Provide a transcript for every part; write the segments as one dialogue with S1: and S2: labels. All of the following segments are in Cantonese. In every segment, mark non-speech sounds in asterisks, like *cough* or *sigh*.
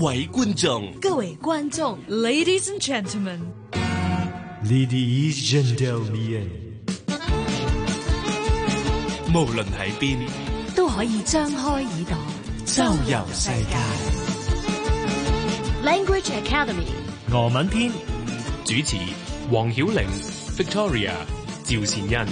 S1: 位觀眾，
S2: 各位觀眾，Ladies and Gentlemen，
S3: Ladies gentlemen，
S1: 無論喺邊，
S2: 都可以張開耳朵。
S1: 周遊世界。
S2: Language Academy，
S3: 俄文篇
S4: 主持黃曉玲、Victoria、趙善恩。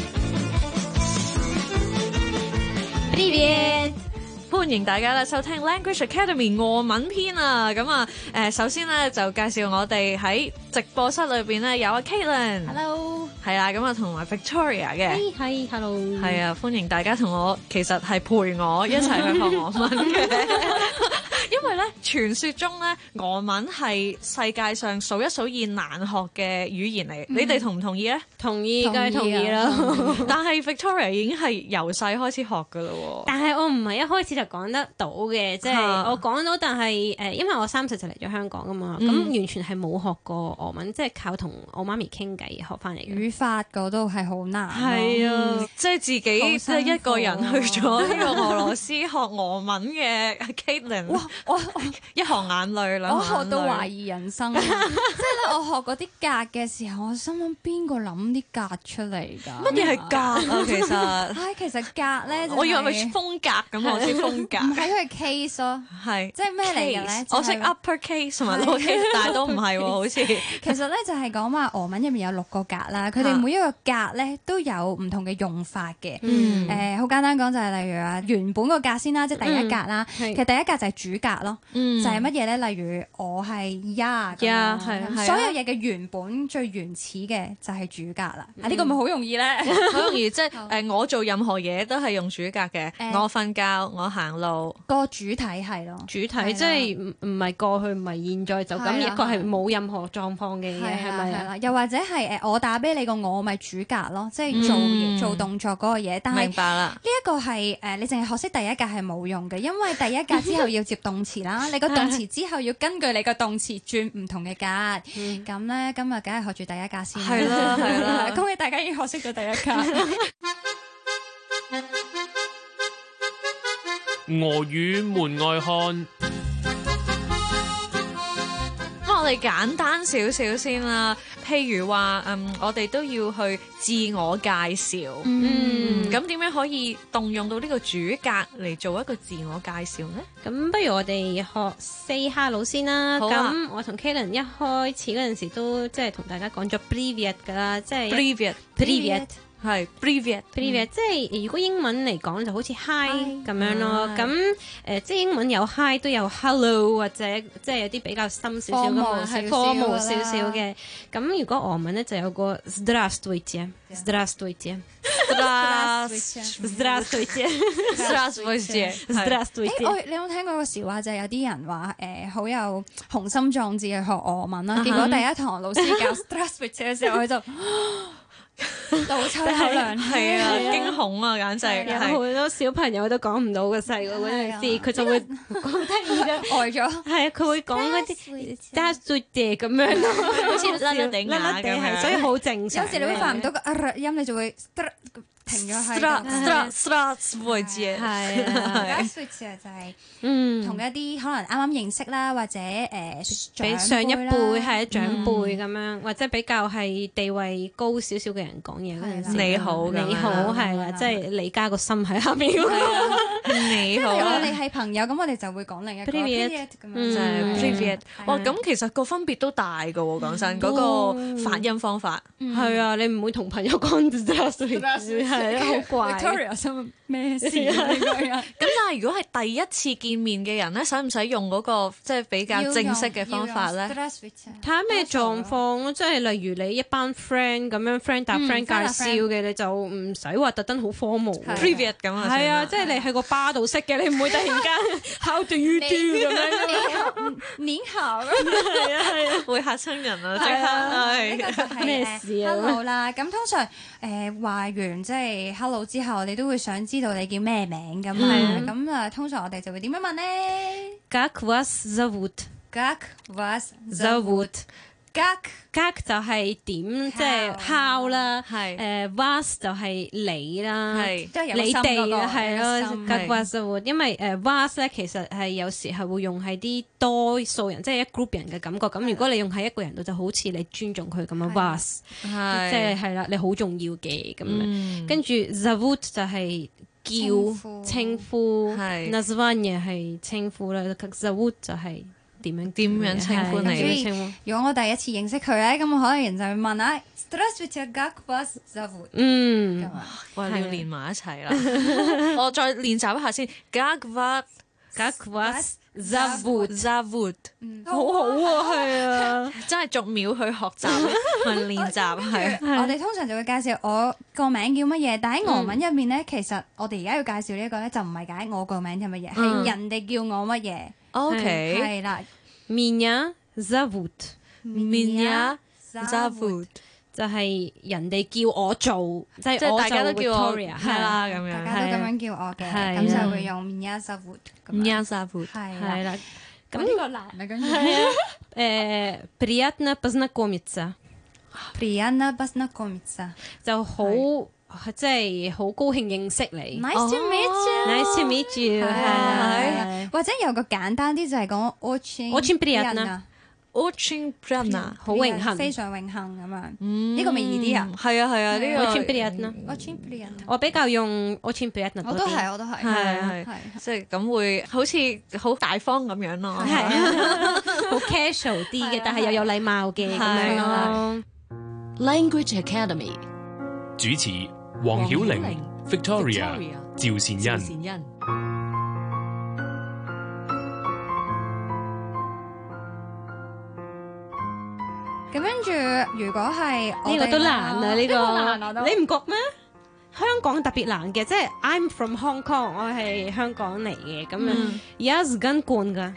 S2: 歡迎大家啦收聽 Language Academy 俄文篇啊！咁啊，誒、首先咧就介紹我哋喺直播室裏邊咧有阿 Caitlin，
S5: Hello，
S2: 係啦，咁啊同埋 Victoria 嘅。
S5: 係係 Hello，
S2: 係啊，歡迎大家同我，其實係陪我一齊去學俄文嘅。 *laughs* 因為咧，傳說中咧，俄文係世界上數一數二難學嘅語言嚟，你哋同唔同意嗯咧？
S5: 同意梗係同
S6: 同
S5: 意
S6: 意
S5: 啦
S6: 啊。
S2: 但係 Victoria 已經係由細開始學噶啦喎。
S5: *laughs* 但係我唔係一開始就講得到嘅，即係
S2: 嚇
S5: 我講到，但係誒，因為我三歲就嚟咗香港啊嘛，咁完全係冇學過俄文，即係靠同我媽咪傾偈學翻嚟嘅。
S6: 語法嗰度係好難嗯咯，
S2: 係啊，即係自己即
S6: 好辛苦啊
S2: 係一個人去
S6: *laughs*
S2: 咗呢個俄羅斯學俄文嘅 Caitlin，
S6: 哇！我我
S2: *laughs* 一行眼淚兩
S6: 我
S2: 行
S6: 學到
S2: 眼淚
S6: 懷疑
S2: *laughs*
S6: 人生啊，即係咧我學嗰啲格嘅時候，我心諗邊個諗啲格出嚟㗎？
S2: 乜嘢係格
S6: *laughs*
S2: 啊？其實
S6: 唉，其實格咧，就係
S2: 我以為佢風格咁，我知風
S6: 唔
S2: 格
S6: 係佢係 case 咯，
S2: 係
S6: 即係咩嚟嘅咧
S2: Case？？我識
S6: 噏。
S2: upper case 同埋 lower case，但係都唔
S6: *laughs*
S2: 係喎，好似
S6: 其實咧就係講話俄文入面有六個格啦，佢
S2: 啊
S6: 哋每一個格咧都有唔同嘅用法嘅。
S2: 嗯
S6: 誒好簡單講就係例如啊，原本個格先啦，即係第一格啦。
S5: 係
S6: 其實第一格就係主格咯，
S2: 嗯
S6: 就係乜嘢咧？例如我係呀咁
S2: Yeah，
S6: 樣
S2: 係啊係啊
S6: 咁所有嘢嘅原本最原始嘅就係主格啦。
S2: 嗯
S6: 啊呢個咪好容易咧？
S2: *laughs* 好容易即係誒，我做任何嘢都係用主格嘅，
S6: 誒
S2: 我瞓覺，我行路，
S6: 個主體係咯，
S5: 主題即係唔唔係過去，唔係現在，就咁
S6: 係啊
S5: 一個係冇任何狀況嘅嘢，係
S6: 啦
S5: 咪
S6: 係
S5: 啊？
S6: 啦，又或者係誒我打俾你個我咪主格咯，即係做
S2: 嗯
S6: 嘢做動作嗰個嘢，但係
S2: 明。白啦。
S6: 呢一個係誒、呃你淨係學識第一格係冇用嘅，因為第一格之後要接動
S2: *laughs*
S6: 詞啦，你個動詞之後要根據你個動詞轉唔同嘅格，咁咧今日梗係學住第一格先。
S2: 嗯係啦係啦
S6: *laughs* 恭喜大家已經學識咗第一
S2: *laughs*
S6: 格。
S4: 俄語門外漢，
S2: 咁我哋簡單少少先啦，譬如話，嗯，我哋都要去自我介紹，
S5: 嗯，咁
S2: 咁點樣可以動用到呢個主格嚟做一個自我介紹呢？
S5: 咁不如我哋學 say hello 先啦。
S2: 好啊
S5: 咁我同 Kalen 一開始嗰陣時都即係同大家講咗 previet 噶啦，即
S2: b r
S5: 係
S2: e v i a t 係 b r e v i
S5: *laughs*
S2: a t
S5: Privet 即係如果英文嚟講就好似嗯 hi 咁樣咯，
S6: 係
S5: 咁誒、呃即係英文有 hi 都有 hello 或者即係有啲比較深少少噶嘛，係
S6: formal 少少
S5: formal
S6: 㗎啦
S5: 少少嘅。咁如果俄文咧就有個 zdravствуйте，zdravствуйте，zdravствуйте，zdravствуйte，
S2: 啊
S5: *laughs*
S6: 誒、我你有冇聽過個笑話就係有啲人話誒好有雄心壯志去學俄文
S5: 啊
S6: 啦，結果第一堂老師
S5: *laughs*
S6: 教 stress 嘅時候，佢就倒
S5: *laughs*
S6: 抽口涼氣。
S2: 係啊，驚恐啊，簡直
S5: 哎有
S2: 係
S5: 好。多小朋友都講唔到嘅細個嗰陣時，
S6: 係啊
S5: 佢就 *laughs* 會
S6: 呆咗，
S5: 係啊，佢會講嗰啲 zdravствуйте 咁樣咯， *laughs* 好似
S2: 甩甩地啞咁
S5: 甩甩地
S2: 樣
S5: 係所以好正常嘅。
S6: 有時你會發唔到個 R 音，你就會 str- 停咗喺
S2: Stra
S6: 度。
S2: stra stra s w o r d
S5: *laughs* 係啊。
S6: Grassroots 啊，就係
S5: 嗯，
S6: 同一啲可能啱啱認識啦，或者誒
S5: 俾上一輩嗯
S6: 係
S5: 係長輩咁樣，或者比較係地位高少少嘅人講嘢嗰陣時，
S2: 係啦你好咁樣
S5: 你好係啦，即係你加個心喺下面。啊
S2: *laughs* 你
S6: 因
S2: 好
S6: 為我
S2: 啊。
S6: 哋係朋友，咁我哋就會講另一個
S5: Привет
S6: Привет 咁
S5: 嗯
S6: 樣
S2: 就
S6: 就
S2: 係
S6: 係
S2: previet，
S6: 係
S2: 哇！咁其實個分別都大㗎喎，講真，嗰個發音方法
S5: 係啊，你唔會同朋友講 d i s 係啊，好怪。
S6: Victoria 心諗咩事
S5: *laughs*
S6: 啊？呢個人
S2: 咁但係如果係第一次見面嘅人咧，使唔使用嗰、個即係比較正式嘅方法咧？
S5: 睇下咩狀況咯，即係例如你一班 friend 咁樣 friend 搭
S6: 嗯
S5: friend 介
S6: friend 搭
S5: 紹嘅，你就唔使話特登好 formal 喎。
S6: 係
S2: previet 咁啊，
S5: 係
S2: 算啦
S5: 啊，即係你喺個巴度識嘅，你唔會突然間 *laughs* how do you do 咁樣。
S6: 你好，
S2: *laughs*
S6: 呢
S2: 啊
S5: *laughs*
S2: 會嚇親人啊！
S5: 係啊
S2: 即
S6: 個
S2: 刻係
S6: 就係
S5: 咩
S6: 誒
S5: 事啊
S6: Hello 啦，咁通常誒話完即係 Hello 之後，你都會想知道你叫咩名咁啊？
S5: 嗯
S6: 咁啊，通常我哋就會點樣問咧
S5: Как вас зовут？
S6: ？Как вас
S5: Зовут
S6: 格
S5: gag 就係點，即係敲啦。
S2: 係
S5: 誒 vase 就係你啦，
S2: 係
S6: 都係有個
S5: 你
S6: 心
S5: 哋
S6: 嗰個
S5: 啦，係
S6: 有
S5: 咯
S6: 個心
S5: g a g vase 就會因為誒 vase 咧其實係有時係會用喺啲多數人，即係一 group 人嘅感覺。咁如果你用喺一個人度，就好似你尊重佢咁
S6: 係
S5: 啊 vase，
S2: 係
S5: 即係係啦，你好重要嘅咁樣。
S2: 嗯
S5: 跟住 zavut 就係
S6: 稱
S5: 叫
S6: 呼
S5: 稱呼
S2: 係
S5: ，nazvanya 係稱呼啦，zavut 就係點樣
S2: 點樣稱呼
S5: 係
S2: 你
S5: 點樣稱呼
S6: 如果我第一次認識佢咧，咁我可能就會問啊 s t r e s s w i t h g a g v a s z a v u
S5: 嗯
S6: 咁。啊，
S2: 哇，
S5: 係
S2: 要練埋一齊啦！
S5: *laughs*
S2: 我再練習一下先。Gagvat
S5: Gag was zavut，
S2: Zavut，
S6: 嗯
S5: 好好啊，係 *laughs* 啊，
S2: 真係逐秒去學習，咪練
S5: *laughs*
S2: 習係。
S6: 我哋通常就會介紹我個名叫乜嘢，但
S5: 嗯
S6: 喺俄文入面咧，其實我哋而家要介紹呢一個咧，就唔係解我個名係乜嘢，
S2: 嗯
S6: 係人哋叫我乜嘢，
S2: O K，
S6: 係啦
S5: Minya 啊 zavut
S2: Minya
S6: Zavut
S2: Zavut，
S5: 就係人哋叫我做，即
S2: 即
S5: 係
S2: 係
S5: 我
S2: 大家都
S5: 就
S2: 叫我
S5: Victoria，
S2: 係
S5: 係
S2: 啦
S5: 啦，
S2: 咁
S6: 大
S2: 樣。
S6: 家都咁樣叫我嘅，
S5: 係啊
S6: 咁就會用 Minya Zavut 咁樣，
S2: Minya Zavut，
S6: 係啦
S5: 係。啦。
S6: 咁呢個難啊，跟住
S5: *laughs* 誒 Priatna poznakomits
S6: Priyanna Basnakomitsa。
S5: 就好即係好高興認識你
S6: Nice to meet you。
S5: Oh， ，nice to meet you，係啦係啦，
S6: 或者有個簡單啲就係講 очень
S5: Очень приятно
S2: Ochin Prana，
S5: 好榮幸，
S6: 非常榮幸咁樣。呢個咪易啲啊
S2: 嗯係啊係啊，呢個
S5: Очень приятно。
S6: очень приятно。
S5: 我比較用 очень приятna
S6: 嗯我
S5: 多
S6: 都
S5: 啲。
S6: 係，我都係。
S2: 係係
S6: 係
S2: 即係咁會好似好大方咁樣咯。
S5: 係啊， *laughs* 好 casual 啲嘅，但係又有禮貌嘅咁樣咯。
S7: Language Academy
S4: 主持黃曉玲
S7: 黃曉玲、
S4: Victoria
S7: Victoria、
S4: 趙善
S7: 趙
S4: 恩。
S7: 善恩。
S6: 咁跟住，如果係我
S5: 呢
S6: 哋
S5: 個都難啊！呢
S6: 個好難啊都
S5: 個你唔覺咩？香港特別難嘅，即係 I'm from Hong Kong，我係香港嚟嘅咁樣。而家 s g 冠噶，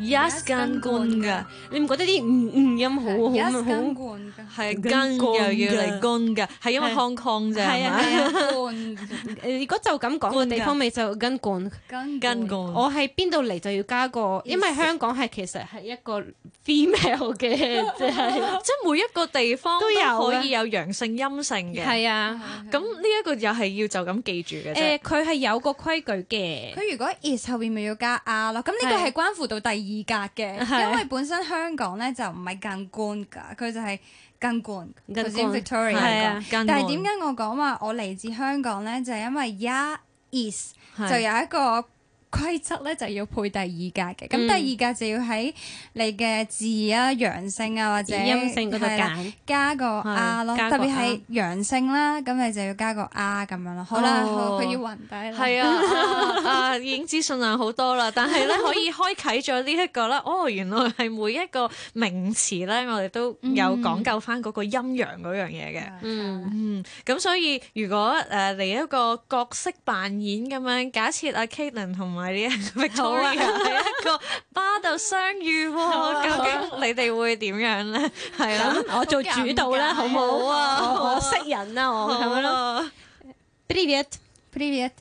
S2: Yes，跟官㗎，
S5: 你唔覺得啲唔唔音好
S6: 一
S5: 好
S6: 根
S5: 好？
S6: 冠
S2: 係跟
S5: 跟
S2: 又
S5: 官
S2: 要嚟
S5: 㗎
S2: 跟㗎，係因為
S5: 係
S2: Hong Kong 啫，
S5: 係
S2: 係
S5: 啊
S2: 咪？
S5: 係啊！
S6: 嘅
S5: 誒如果就咁講個地方咪就跟冠。
S6: 冠
S2: 跟
S6: 冠
S2: 官。
S5: 我係邊度嚟就要加個，因為香港係其實係一個 female 嘅，即係
S2: 即係每一個地方都
S5: 都有啊
S2: 可以有陽性陰性嘅。
S5: 係啊。
S2: 咁呢一個又係要就咁記住嘅啫
S5: 誒，。佢係有個規矩嘅。
S6: 佢如果 is 後面咪要加 R 咯，咁呢個係
S5: 係
S6: 關乎到第二格嘅，
S5: 係
S6: 因為本身香港咧就唔係近官㗎，佢就係近官。
S5: 近
S6: 頭先
S5: 官
S6: Victoria
S5: 係啊
S6: 講
S2: 近
S6: 但係
S2: 官
S6: 點解我講話我嚟自香港咧，就係因為 ya is
S2: 係
S6: 就有一個規則咧，就要配第二格嘅。咁、
S5: 嗯
S6: 第二格就要喺你嘅字啊、陽性啊或者
S5: 陰性嗰度
S6: 係啦
S5: 揀，
S6: 加個
S2: 係
S6: R 咯，
S5: 加個
S6: 特
S5: R
S6: 別係陽性啦，咁你就要加個 R 咁樣咯。好啦，
S2: 哦
S6: 好佢要暈低啦。
S2: 係啊，啊啊已經資訊量好多啦，但係咧可以開啟咗呢一個啦。哦，原來係每一個名詞咧，我哋都有講究翻嗰個陰陽嗰樣嘢嘅。
S5: 嗯，
S2: 嗯，咁所以如果誒嚟、一個角色扮演咁樣，假設阿 Caitlin 同埋呢一個 Victoria 喺、一個巴度相遇喎，究竟你哋會點樣咧？係啦，
S5: 咁我做主導啦，好冇啊？我我識人啦，我
S2: 啊
S5: 咁樣咯。
S2: 咯，
S5: Привет，
S6: Привет，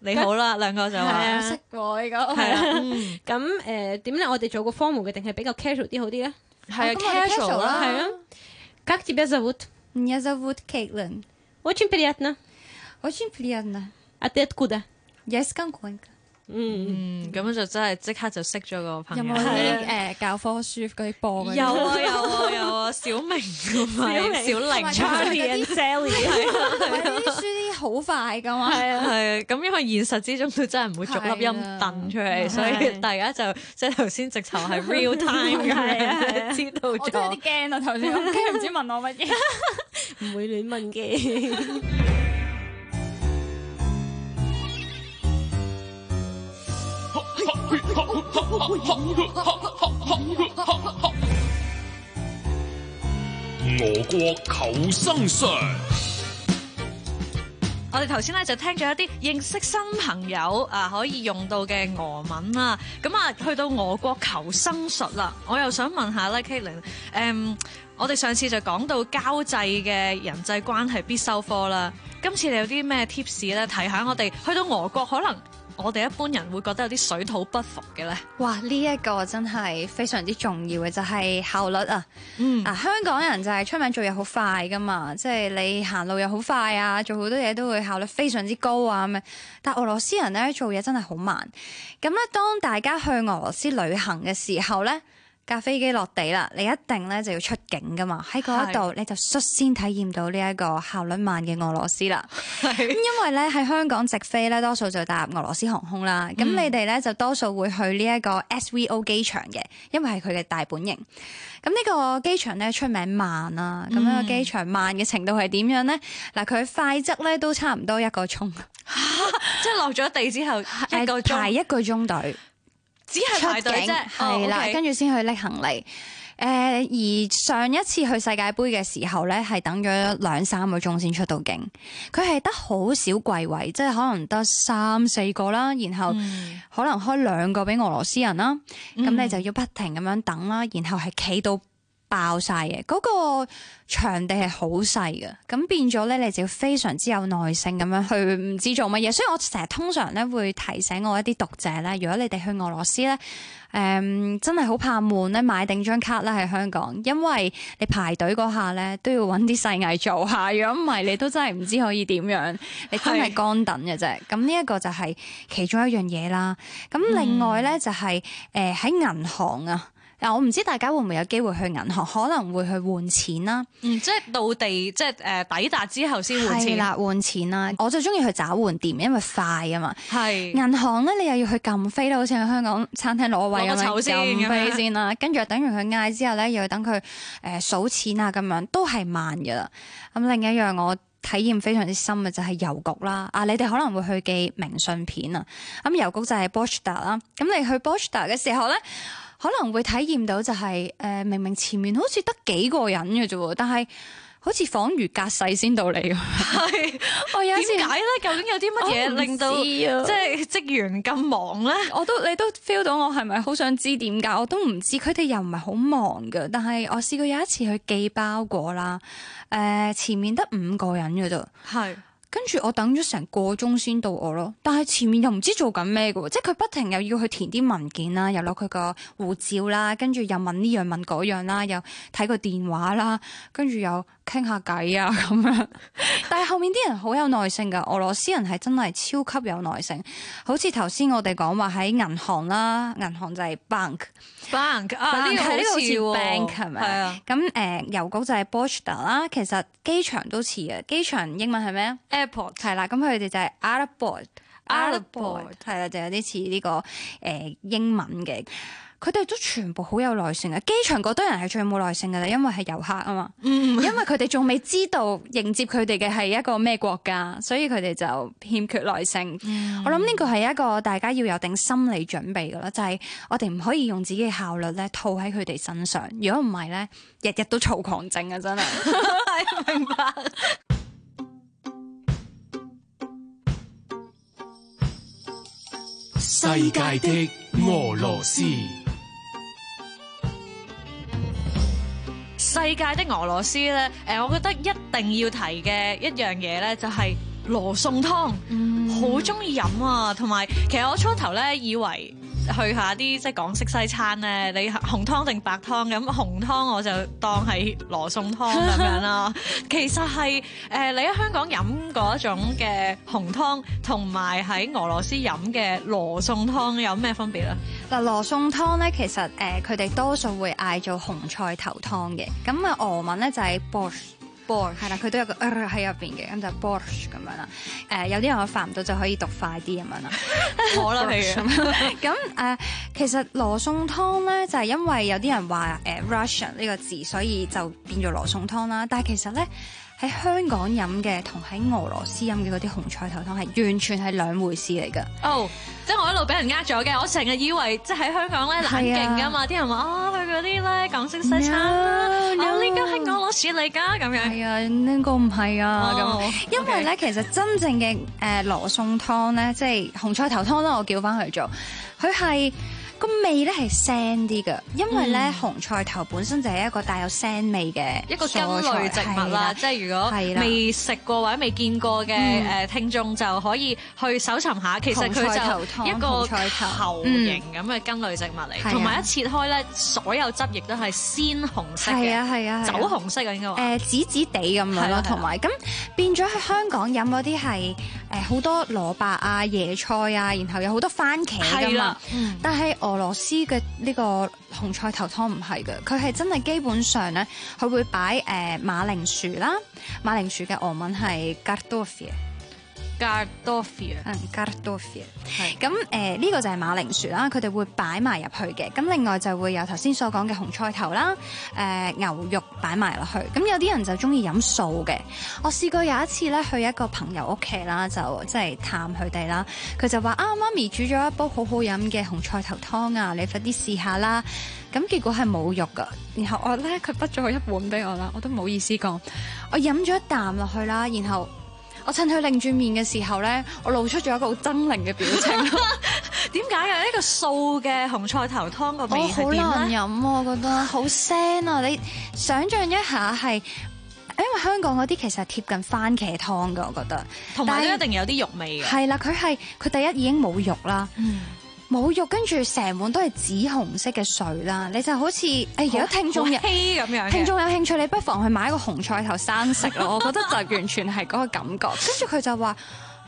S2: 你好啦，兩個就
S5: 係
S2: 話
S5: 啊
S6: 我識喎呢個。
S2: 係啦，嗯
S5: 咁誒點咧？我哋做個 formal 嘅定係比較 casual 啲好啲咧？
S2: 係啊
S6: 咁我哋
S2: casual 啦，
S5: 係啊。Как тебя зовут?
S6: Меня зовут Caitlin.
S5: Очень приятно.
S6: Очень приятно.
S5: А ты откуда?
S6: Я из Канкунка。
S5: 嗯，
S2: 嗯，咁樣就真係即刻就識咗個朋
S6: 有
S2: 友。
S6: 冇啲誒教科書嗰啲播嗰啲？
S2: 啊有啊有啊有啊，小明啊同埋小玲
S6: 同埋 Charlie
S5: and Sally
S6: 同埋呢啲書啲好快噶嘛。
S2: 係啊，係啊，咁因為現實之中都真係唔會啊逐粒音掟出嚟，所以大家就即係頭先直頭係 real time 咁樣 *laughs* 知道
S6: 我真係有
S2: 咗
S6: 啲。驚啊！頭先我驚唔啊知問我乜嘢。
S5: 唔會亂問嘅。
S4: 俄國求生術，
S2: 我哋頭先咧就聽咗一啲認識新朋友啊可以用到嘅俄文啦，咁啊去到俄國求生術啦，我又想問下咧 Caitlin，誒、我哋上次就講到交際嘅人際關係必修科啦，今次你有啲咩 tips 咧？提下我哋去到俄國可能我哋一般人會覺得有啲水土不服嘅咧？
S6: *laughs* 哇！呢、一個真係非常之重要嘅，就係、效率啊！
S2: 嗯
S6: 嗱、香港人就係出名做嘢好快噶嘛，即係你行路又好快啊，做好多嘢都會效率非常之高啊咁樣。但俄羅斯人咧做嘢真係好慢。咁咧，當大家去俄羅斯旅行嘅時候咧，架飛機落地啦，你一定咧就要出境噶嘛。喺嗰度你就率先體驗到呢一個效率慢嘅俄羅斯啦。咁 *laughs* 因為咧喺香港直飛咧，多數就搭俄羅斯航空啦。咁、
S2: 嗯
S6: 你哋咧就多數會去呢一個 SVO 機場嘅，因為係佢嘅大本營。咁呢個機場咧出名慢啦。咁
S2: 嗯
S6: 呢個機場慢嘅程度係點樣咧？嗱，佢快則咧都差唔多一個鐘，
S2: *laughs* 即係落咗地之
S6: *laughs*
S2: 後一個鐘，
S6: 排一個鐘隊。
S2: 只係排隊啫，哦
S6: 係啦，跟
S2: 住
S6: 住先去拎行李。誒、而上一次去世界盃嘅時候咧，係等咗兩三個鐘先出到境。佢係得好少櫃位，即係可能得三四個啦，然後
S2: 嗯
S6: 可能開兩個俾俄羅斯人啦。咁、你就要不停咁樣等啦，然後係企到爆晒嘅。嗰、個場地係好細嘅，咁變咗咧，你就要非常之有耐性咁樣去唔知做乜嘢。所以我成日通常咧會提醒我一啲讀者咧，如果你哋去俄羅斯咧，誒、嗯真係好怕悶咧，買定張卡啦喺香港，因為你排隊嗰下咧都要揾啲細藝做下，如果唔係你都真係唔知可以點樣，你真係
S2: 係
S6: 乾等嘅啫。咁呢一個就係其中一樣嘢啦。咁另外咧就係誒喺銀行啊。嗱，我唔知大家會唔會有機會去銀行，可能會去換錢啦，
S2: 嗯，即係到地，即係誒抵達之後先換
S6: 係
S2: 錢，
S6: 啦，換錢啦。我最中意去找換店，因為快啊嘛。
S2: 係
S6: 銀行咧，你又要去撳飛啦，好似喺香港餐廳攞位
S2: 攞個籌
S6: 咁樣
S2: 先
S6: 撳
S2: 咁
S6: 飛
S2: 樣
S6: 先啦，跟住又等完佢嗌之後咧，又要等佢誒數錢啊咁樣，都係慢嘅啦。咁另一樣我體驗非常之深嘅就係郵局啦。啊，你哋可能會去寄明信片啊。咁郵局就係 Bochda 啦。咁你去 Bochda 嘅時候咧。可能會體驗到就係、呃明明前面好似得幾個人嘅啫喎，但係好似恍如隔世先到
S2: *laughs*
S6: 你咁。
S2: 係。
S6: 我有一次
S2: 點解咧？究竟有啲乜嘢
S6: 我唔
S2: 令到
S6: 知
S2: 即
S6: 啊
S2: 係職員咁忙咧？
S6: *laughs* 我都你都 feel 到我係咪好想知點解？我都唔知，佢哋又唔係好忙嘅。但係我試過有一次去寄包裹啦，誒、前面得五個人嘅啫，
S2: 係
S6: 跟住我等咗成個鐘先到我咯。但係前面又唔知做緊咩嘅喎，即係佢不停又要去填啲文件啦，又攞佢個護照啦，跟住又問呢樣問嗰樣啦，又睇個電話啦，跟住又傾下偈啊 *laughs* 咁樣。但係後面啲人好有耐性㗎，俄羅斯人係真係超級有耐性。好似頭先我哋講話喺銀行啦，銀行就係 bank，
S2: bank 啊，
S6: bank，
S2: 呢個
S6: 係呢個好似
S2: 似喎
S6: bank 係咪
S2: 係啊，
S6: 咁誒、呃、郵局就係 Bochda 啦。其實機場都似嘅，機場英文係咩？airport 啊係啦，咁佢哋就係 airport。
S2: Airport
S6: 係啦，就有啲似呢個誒、呃英文嘅，佢哋都全部好有耐性嘅。機場嗰堆人係最冇耐性嘅啦，因為係遊客啊嘛。
S2: 嗯。
S6: 因為佢哋仲未知道迎接佢哋嘅係一個咩國家，所以佢哋就欠缺耐性。
S2: 嗯
S6: 我諗呢個係一個大家要有定心理準備噶啦，就係、我哋唔可以用自己嘅效率咧套喺佢哋身上，如果唔係咧，日日都躁狂症啊！真係
S2: 明白。
S1: 世界的俄羅斯，
S2: 世界的俄羅斯咧，誒，我覺得一定要提嘅一樣嘢咧，就係羅宋湯，
S6: 嗯
S2: 好中意飲啊！同埋，其實我初頭咧以為去下啲即係港式西餐咧，你紅湯定白湯咁，紅湯我就當係羅宋湯咁樣啦。 *laughs* 其實係誒、你喺香港飲嗰種嘅紅湯，同埋喺俄羅斯飲嘅羅宋湯有咩分別咧？
S6: 嗱，羅宋湯咧，其實誒佢哋多數會嗌做紅菜頭湯嘅，咁啊俄文咧就係 borscht。borscht 係啦，佢都有個 r *laughs* 喺入邊嘅，咁就 borscht 咁樣啦。誒、有啲人我發唔到就可以讀快啲咁樣 *laughs* 啦。
S2: 我啦，譬
S6: *laughs*
S2: 如
S6: 咁誒、呃其實羅宋湯咧就係、因為有啲人話誒、呃 Russian 呢個字，所以就變咗羅宋湯啦。但係其實咧喺香港飲嘅同喺俄羅斯飲嘅嗰啲紅菜頭湯係完全係兩回事嚟㗎。
S2: 哦，即係我一路俾人呃咗嘅，我成日以為即係喺啊香港咧冷勁噶嘛，啲人話啊去嗰啲咧港式西餐啦，哦
S6: No, no
S2: 呢家係俄羅斯嚟㗎咁樣，
S6: 係啊，呢、個唔係啊咁。
S2: 哦
S6: 因為咧，其實真正呃嘅誒羅宋湯咧，即係紅菜頭湯啦，我叫翻佢做，佢係個味咧係腥啲嘅，因為咧紅菜頭本身就係一個帶有腥味嘅
S2: 嗯一個根
S6: 蔬
S2: 類
S6: 菜
S2: 植物啦，
S6: 係
S2: 即係如果
S6: 係啦嗯
S2: 未食過或者未見過嘅誒聽眾就可以去搜尋下，其實佢
S6: 紅菜頭
S2: 就
S6: 湯
S2: 一個
S6: 紅菜頭
S2: 球形咁嘅根類植物
S6: 係
S2: 嚟，
S6: 啊
S2: 同埋一切開咧，所有汁液都係鮮紅色
S6: 係啊
S2: 嘅，
S6: 係啊，係啊
S2: 酒紅色嘅應該話。
S6: 誒紫紫呃地咁樣
S2: 係
S6: 咯，
S2: 啦係啦
S6: 同埋咁變咗喺香港飲嗰啲係誒好多蘿蔔啊、椰菜啊，然後有好多番茄㗎
S2: 係
S6: 嘛
S2: 啦。，嗯
S6: 但係俄羅斯嘅呢個紅菜頭湯唔係嘅，佢係真係基本上咧，佢會擺誒、呃、馬鈴薯啦，馬鈴薯嘅俄文係 g a r d o f i e
S5: 啊
S2: Gardofia
S6: 嗯 g a r d o f i e
S2: 係
S6: 咁誒呢個就係馬鈴薯啦，佢哋會擺埋入去嘅。咁另外就會有頭先所講嘅紅菜頭啦，誒、呃牛肉擺埋落去。咁有啲人就中意飲素嘅。我試過有一次咧去一個朋友屋企啦，就即係探佢哋啦。佢就話啊，媽咪煮咗一煲好好飲嘅紅菜頭湯啊，你快啲試下啦。咁結果係冇肉噶，然後我咧佢滗咗一碗俾我啦，我都唔好意思講。我飲咗一啖落去啦，然後我趁佢擰住面嘅時候咧，我露出咗一個好猙獰嘅表情。
S2: *laughs* 點解啊嘅呢個素嘅紅菜頭湯個味
S6: 我
S2: 係
S6: 好
S2: 點
S6: 難
S2: 咧？
S6: 飲啊，我覺得好腥啊！你想象一下係，因為香港嗰啲其實係貼近番茄湯噶，我覺得
S2: 同埋都
S6: 但
S2: 一
S6: 係
S2: 定有啲肉味嘅。
S6: 係啦。佢係佢第一已經冇肉啦，
S2: 嗯
S6: 冇肉跟住成碗都係紫紅色嘅水啦，你就好似誒如果聽眾
S2: 好
S6: 有
S2: 稀咁樣嘅
S6: 聽眾有興趣，你不妨去買一個紅菜頭生食
S2: *laughs*
S6: 咯，我覺得就完全係嗰個感覺。跟住佢就話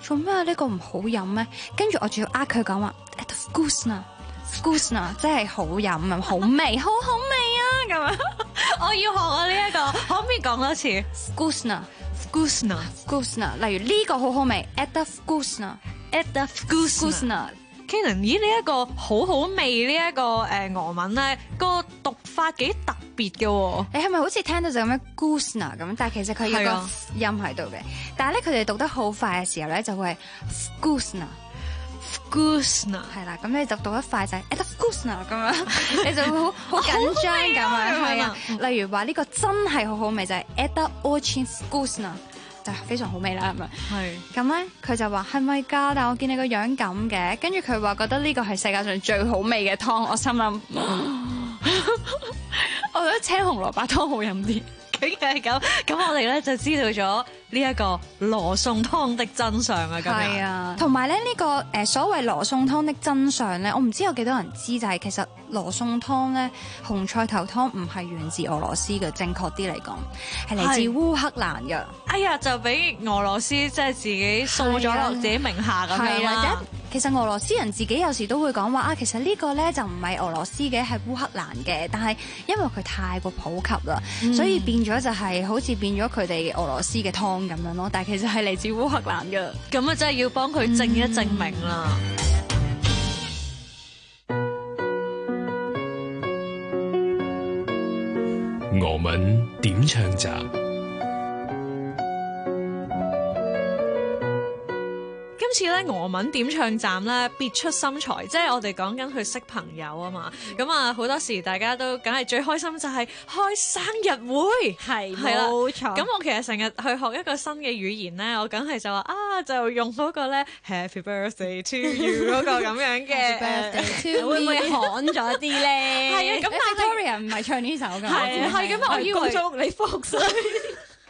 S6: 做咩呢個唔好飲咩？跟住我仲要呃佢講話 at g o s n a s g o s n a 即係好飲啊，好
S2: *laughs*
S6: 味，好好味啊咁樣。
S2: 我要學啊呢一
S6: *laughs*
S2: 個，可唔可以講多次
S6: s g o s n a
S2: s c u s n a
S6: s g o s n a 例如呢個好好味 at the g o s n a
S2: at the
S6: s g o s
S2: Fusna。
S6: n a
S2: Kaden，咦呢一個好好味呢一個誒俄文咧，個讀法幾特別嘅喎。
S6: 你係咪好似聽到就咁樣 g o s n a 咁？但係其實佢有
S2: 係
S6: 個
S2: 啊
S6: 音喺度嘅，但係咧佢哋讀得好快嘅時候咧就會 g o s n a
S2: s c u s n a
S6: 係啦，咁你就讀得快就係 at the goose 啊咁樣，你就 *laughs* 會好好緊張咁樣，係啊。例如話呢個真係好好味就係 at the orchard goose 啊，就係非常好味啦咁樣。
S2: 係
S6: 咁咧佢就話係咪㗎？但我見你個樣咁嘅，跟住佢話覺得呢個係世界上最好味嘅湯，我心諗，我覺得青紅蘿蔔湯好飲啲。
S2: *laughs* 竟然係咁，咁我哋咧就知道咗呢一個羅宋湯的真相啊！咁
S6: 係
S2: 樣
S6: 啊，同埋咧呢個誒所謂羅宋湯的真相咧，我唔知有幾多人知，就係其實羅宋湯咧紅菜頭湯唔係源自俄羅斯嘅，正確啲嚟講係嚟自
S2: 係
S6: 烏克蘭嘅，
S2: 哎呀，就俾俄羅斯即係自己掃咗
S6: 啊
S2: 落自己名下咁樣
S6: 或
S2: 啦
S6: 者。其實俄羅斯人自己有時都會講話啊，其實呢個咧就唔係俄羅斯嘅，係烏克蘭嘅，但係因為佢太過普及啦，所以變咗就係好似變咗佢哋俄羅斯嘅湯咁樣咯，但係其實係嚟自烏克蘭嘅。
S2: 咁啊，真係要幫佢證一證明啦。
S4: 俄文點唱集？
S2: 今次咧俄文點唱站咧別出心裁，即係我哋講緊去識朋友啊嘛。
S5: 嗯
S2: 咁啊好多時大家都梗係最開心就係開生日會。
S5: 係
S2: 係啦
S5: 冇錯。
S2: 咁我其實成日去學一個新嘅語言咧，我梗係就話啊，就用嗰個咧 Happy Birthday to you 嗰個咁樣嘅
S6: Birthday to
S5: 會唔會
S6: me
S5: 旱咗啲
S6: *laughs*
S5: 咧？
S2: 係啊，咁但係
S6: Victoria 唔係唱呢首㗎，
S2: 係啊係咁啊，我以為。
S5: 祝你福水。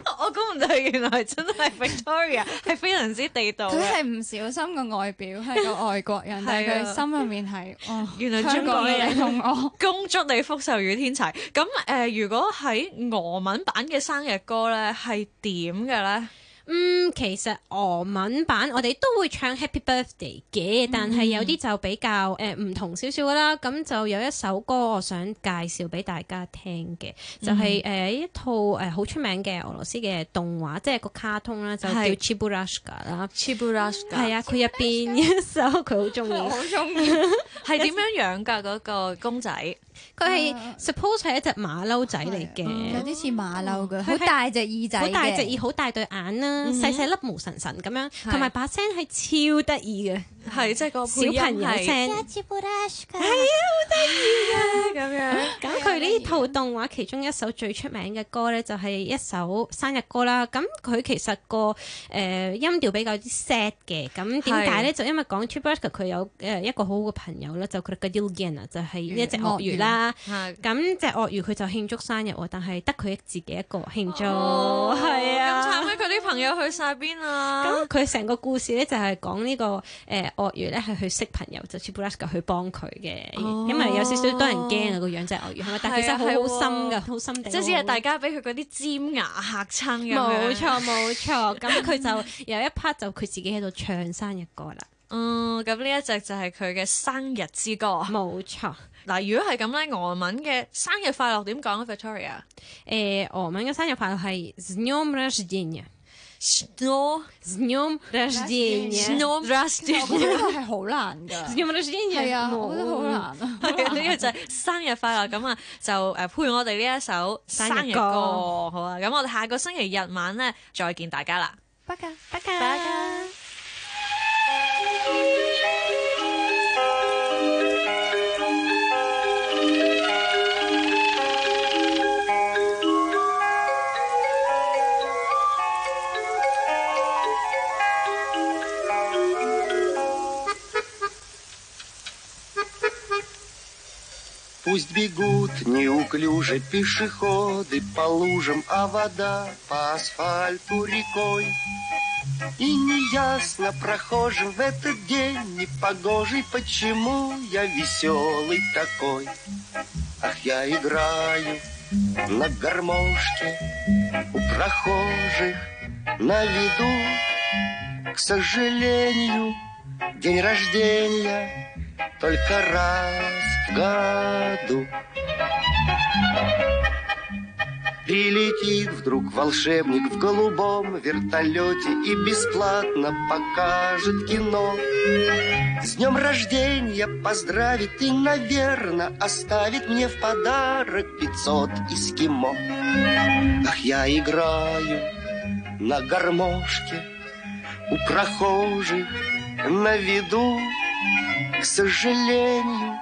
S2: *laughs* 我估唔到原來真係 Victoria 係非常之地道啊
S6: 佢
S2: 嘅。
S6: 係唔小心個外表係個外國
S2: *laughs*
S6: 人，但係
S2: 係啊
S6: 佢心入面係哦，
S2: *laughs* 原來
S6: 香
S2: 中
S6: 港
S2: 國
S6: 你
S2: 人
S6: 同我
S2: 恭祝你福壽與天齊。咁誒、呃如果喺俄文版嘅生日歌咧，係點嘅咧？
S5: 嗯，其實俄文版我哋都會唱 Happy Birthday 嘅，但係有啲就比較誒唔、同少少噶啦。咁就有一首歌我想介紹俾大家聽嘅，就係、誒、一套誒好出名嘅俄羅斯嘅動畫，即係個卡通啦，就叫
S2: 係
S5: Chiburashka 啦。
S2: Chiburashka
S5: 係啊，佢入邊一首佢好中
S6: *laughs*
S5: 意。
S6: 中意，
S2: 係點樣樣㗎？嗰個公仔
S5: 佢係 suppose 係一隻馬騮仔嚟
S6: 有
S5: 嘅，
S6: 啲似馬騮嘅，
S5: 係
S6: 嗯好大隻耳啊嗯仔嘅，
S5: 好大隻耳，好大對眼啦，細細粒毛神神咁樣，同埋把聲係超得意嘅，
S2: 係即係個配
S5: 小
S2: 音
S5: 朋友
S2: 係
S5: 聲。
S2: 咁樣。
S5: 咁佢呢套動畫其中一首最出名嘅歌呢，就係一首生日歌啦。咁佢其實個誒、呃音調比較啲 sad 嘅。咁點解呢？就因為講 t r i b u t 佢有誒一個好好嘅朋友啦，就佢嘅 d i l g a n 啊，就係一隻鱷魚啦。
S2: 係
S5: 咁隻鱷魚佢就慶祝生日喎，但係得佢自己一個慶祝，係、
S2: 哦咁
S5: 啊
S2: 慘。咩？佢啲朋友去晒邊啊？
S5: 咁佢成個故事咧就係講呢個誒鱷魚咧係去識朋友，就 c h i b u r a s k a 去幫佢嘅，
S2: 哦
S5: 因為有少少多人驚啊個樣仔鱷魚係咪？但係其實好
S2: 係啊係
S5: 好
S2: 喎
S5: 心噶，好心地。
S2: 即係只係大家俾佢嗰啲尖牙嚇親咁樣
S5: 冇。錯冇
S2: *laughs*
S5: 錯，咁佢就有一 part 就佢自己喺度唱生日歌啦，
S2: 嗯，咁呢一隻就係佢嘅生日之歌。
S5: 冇錯。
S2: 嗱，如果係咁咧，俄文嘅生日快樂點講咧？Victoria。
S5: 誒俄文嘅生日快樂係 z n o m r a s d i n a
S2: Snow
S5: z n o m r a s d i n a z n o
S2: Snow Rusty。
S6: 我覺得係好難
S2: *laughs*
S6: 㗎，
S5: m r a s d i n a
S6: 係啊，我覺得好難啊。
S2: 係啊 *laughs* 呢個就係生日快樂咁啊！就誒配我哋呢一首生
S5: 生日
S2: 日
S5: 歌
S2: 歌，好啊！咁我哋下個星期日晚咧再見大家啦。
S6: 不㗎。
S8: Пусть бегут неуклюже пешеходы по лужам, а вода по асфальту рекой. И неясно прохожим в этот день непогожий, почему я веселый такой. Ах, я играю на гармошке у прохожих на виду. К сожалению, день рождения — только раз в году. Прилетит вдруг волшебник в голубом вертолете и бесплатно покажет кино. С днем рождения поздравит и, наверное, оставит мне в подарок 500 эскимо. Ах, я играю на гармошке у прохожих на виду. К сожалению,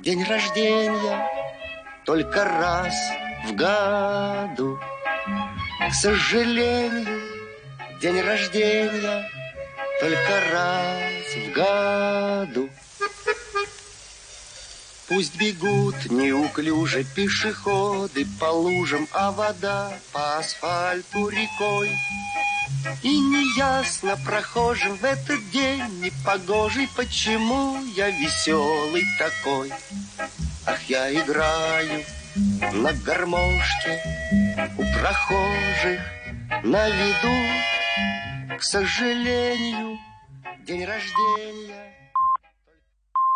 S8: день рождения только раз в году. К сожалению, день рождения только раз в году. Пусть бегут неуклюже пешеходы по лужам, а вода по асфальту рекой. И неясно прохожим в этот день непогожий, почему я веселый такой. Ах, я играю на гармошке у прохожих на виду. К сожалению, день рождения.